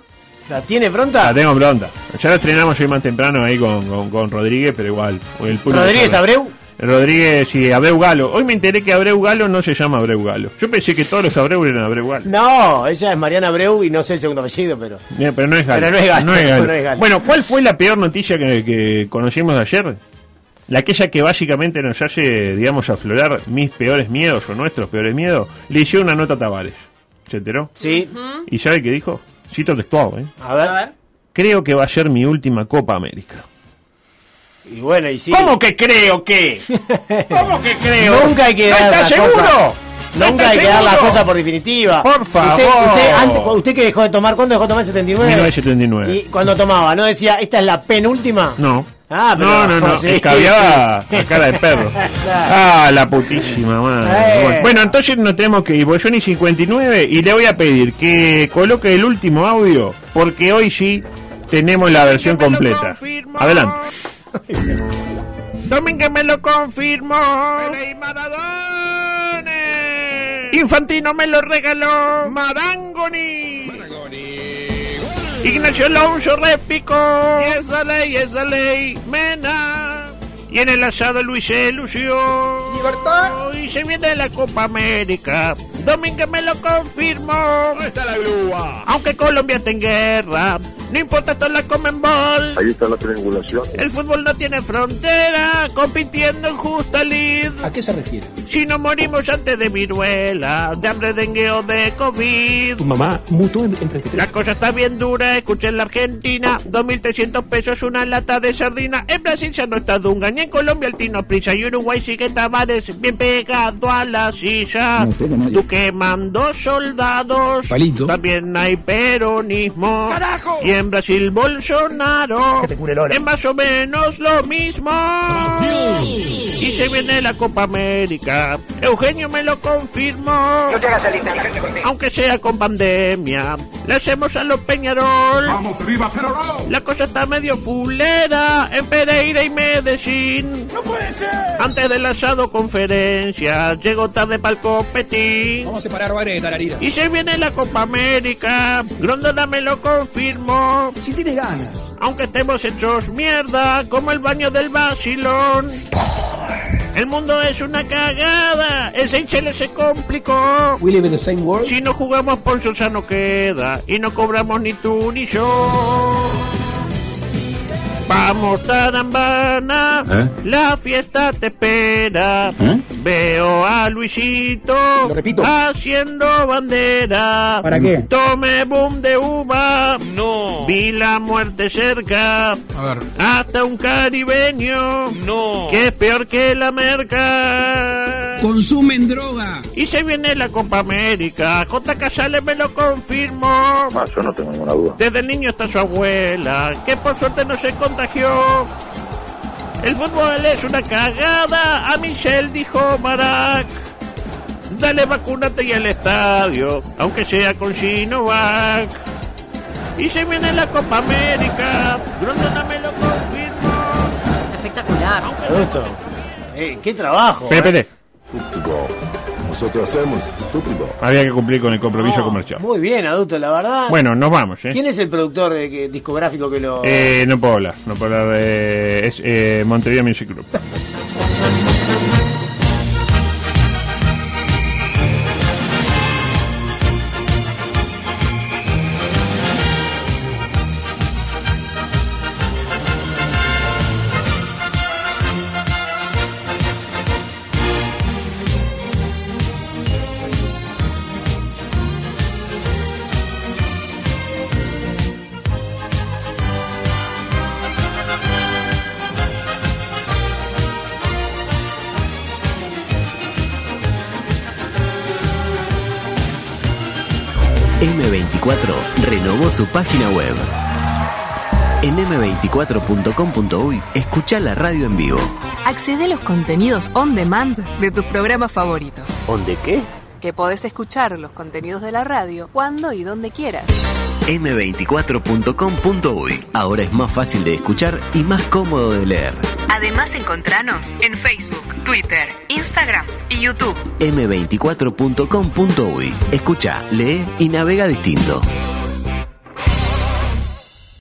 Speaker 2: ¿La tiene
Speaker 8: La
Speaker 2: pronta?
Speaker 8: tengo pronta. Ya la estrenamos hoy más temprano ahí con, con, con Rodríguez, pero igual. el público
Speaker 2: ¿Rodríguez
Speaker 8: sabe.
Speaker 2: Abreu?
Speaker 8: Rodríguez y Abreu Galo. Hoy me enteré que Abreu Galo no se llama Abreu Galo. Yo pensé que todos los Abreu eran Abreu Galo.
Speaker 2: No, ella es Mariana Abreu y no sé el segundo apellido, pero.
Speaker 8: Bien, pero no es Galo.
Speaker 2: Pero no es Galo. No es Galo.
Speaker 8: Bueno, ¿cuál fue la peor noticia que, que conocimos ayer? La aquella que básicamente nos hace, digamos, aflorar mis peores miedos o nuestros peores miedos. Le hicieron una nota a Tavares. ¿Se enteró?
Speaker 2: Sí.
Speaker 8: ¿Y sabe qué dijo? Cito textual, ¿eh?
Speaker 2: A
Speaker 9: A
Speaker 2: ver.
Speaker 9: ver.
Speaker 8: Creo que va a ser mi última Copa América.
Speaker 2: Y bueno, y sí.
Speaker 8: ¿Cómo que creo que? ¿Cómo que creo?
Speaker 2: Nunca hay que
Speaker 8: ¿No
Speaker 2: dar
Speaker 8: ¿Estás
Speaker 2: las
Speaker 8: seguro?
Speaker 2: cosas-
Speaker 8: ¿No
Speaker 2: Nunca
Speaker 8: estás
Speaker 2: hay que dar las
Speaker 8: seguro?
Speaker 2: cosas por definitiva.
Speaker 8: Por
Speaker 2: Usted,
Speaker 8: favor.
Speaker 2: usted, antes- usted que dejó de tomar, ¿cuándo dejó de tomar 79?
Speaker 8: 1979.
Speaker 2: Y cuando tomaba, ¿no decía, esta es la penúltima?
Speaker 8: No.
Speaker 2: Ah, pero-
Speaker 8: no, no, no.
Speaker 2: sí.
Speaker 8: escabeaba a cara de perro. Ah, la putísima madre.
Speaker 2: Eh.
Speaker 8: Bueno, Bueno, entonces no tenemos que ir. porque Yo ni 59 y le voy a pedir que coloque el último audio porque hoy sí tenemos la versión completa. Adelante. Domingo me lo confirmó. Infantino me lo regaló. Marangoni. Ignacio Alonso repicó. Y esa ley, esa ley, mena. Y en el asado Luis se lució. Libertad. Y se viene la Copa América. Domínguez me lo confirmó. está la grúa? Aunque Colombia está en guerra. No importa, esto es la Comenbol.
Speaker 4: Ahí está la triangulación.
Speaker 8: El fútbol no tiene frontera, compitiendo en justa lid. ¿A qué se refiere? Si no morimos antes de viruela, de hambre, dengue o de COVID.
Speaker 5: Mamá, mutó en 33.
Speaker 8: La cosa está bien dura, escuchen la Argentina, 2.300 pesos una lata de sardina. En Brasil ya no está Dunga, ni en Colombia el Tino Prisa, y Uruguay sigue Tavares bien pegado a la silla. Tú quemando soldados,
Speaker 10: Palito.
Speaker 8: también hay peronismo.
Speaker 6: ¡Carajo!
Speaker 8: Y en Brasil Bolsonaro,
Speaker 6: Que te cure el oro.
Speaker 8: es más o menos lo mismo. Y se viene la Copa América, Eugenio me lo confirmó aunque sea con pandemia. Le hacemos a los Peñarol.
Speaker 7: Vamos, viva Peñarol.
Speaker 8: La cosa está medio fulera en Pereira y Medellín.
Speaker 6: ¡No puede ser!
Speaker 8: Antes del asado conferencia, llego tarde para el copetín.
Speaker 5: Vamos a separar bares de tararira.
Speaker 8: Y se viene la Copa América, Grondona me lo confirmó.
Speaker 6: Si tienes ganas.
Speaker 8: Aunque estemos hechos mierda, como el baño del vacilón. El mundo es una cagada, el Seychelles se complicó.
Speaker 5: We live in the same world.
Speaker 8: Si no jugamos por ya no queda y no cobramos ni tú ni yo. Vamos Tarambana, la fiesta te espera. Veo a Luisito
Speaker 5: Lo repito.
Speaker 8: haciendo bandera.
Speaker 5: ¿Para qué?
Speaker 8: Tome boom de uva. No. Vi la muerte cerca. Hasta un caribeño. No. Que es peor que la merca.
Speaker 5: Consumen droga.
Speaker 8: Y se viene la Copa América. J. Casales me lo confirmó.
Speaker 4: Ah, yo no tengo ninguna duda.
Speaker 8: Desde niño está su abuela, que por suerte no se contagió. El fútbol es una cagada, a Michelle dijo Barack. Dale vacunate y al estadio, aunque sea con Sinovac. Y se viene la Copa América, Grondona me lo confirmó.
Speaker 9: Espectacular.
Speaker 2: Me gustó. Eh, qué trabajo. eh.
Speaker 8: Espérate,
Speaker 4: Nosotros hacemos fútbol.
Speaker 8: había que cumplir con el compromiso
Speaker 2: No,
Speaker 8: comercial.
Speaker 2: Muy bien, adulto, la verdad.
Speaker 8: Bueno, nos vamos, ¿eh?
Speaker 2: ¿Quién es el productor de que- discográfico que lo.?
Speaker 8: Eh, no puedo hablar, no puedo hablar de... Es eh, Montevideo Music Group.
Speaker 1: M24 renovó su página web. En m24.com.uy escucha la radio en vivo.
Speaker 11: Accede a los contenidos on demand de tus programas favoritos.
Speaker 1: ¿Onde qué?
Speaker 11: Que podés escuchar los contenidos de la radio cuando y donde quieras.
Speaker 1: m24.com.uy. Ahora es más fácil de escuchar y más cómodo de leer.
Speaker 11: Además, encontranos en Facebook, Twitter, Instagram y YouTube.
Speaker 1: m24.com.uy. Escucha, lee y navega distinto.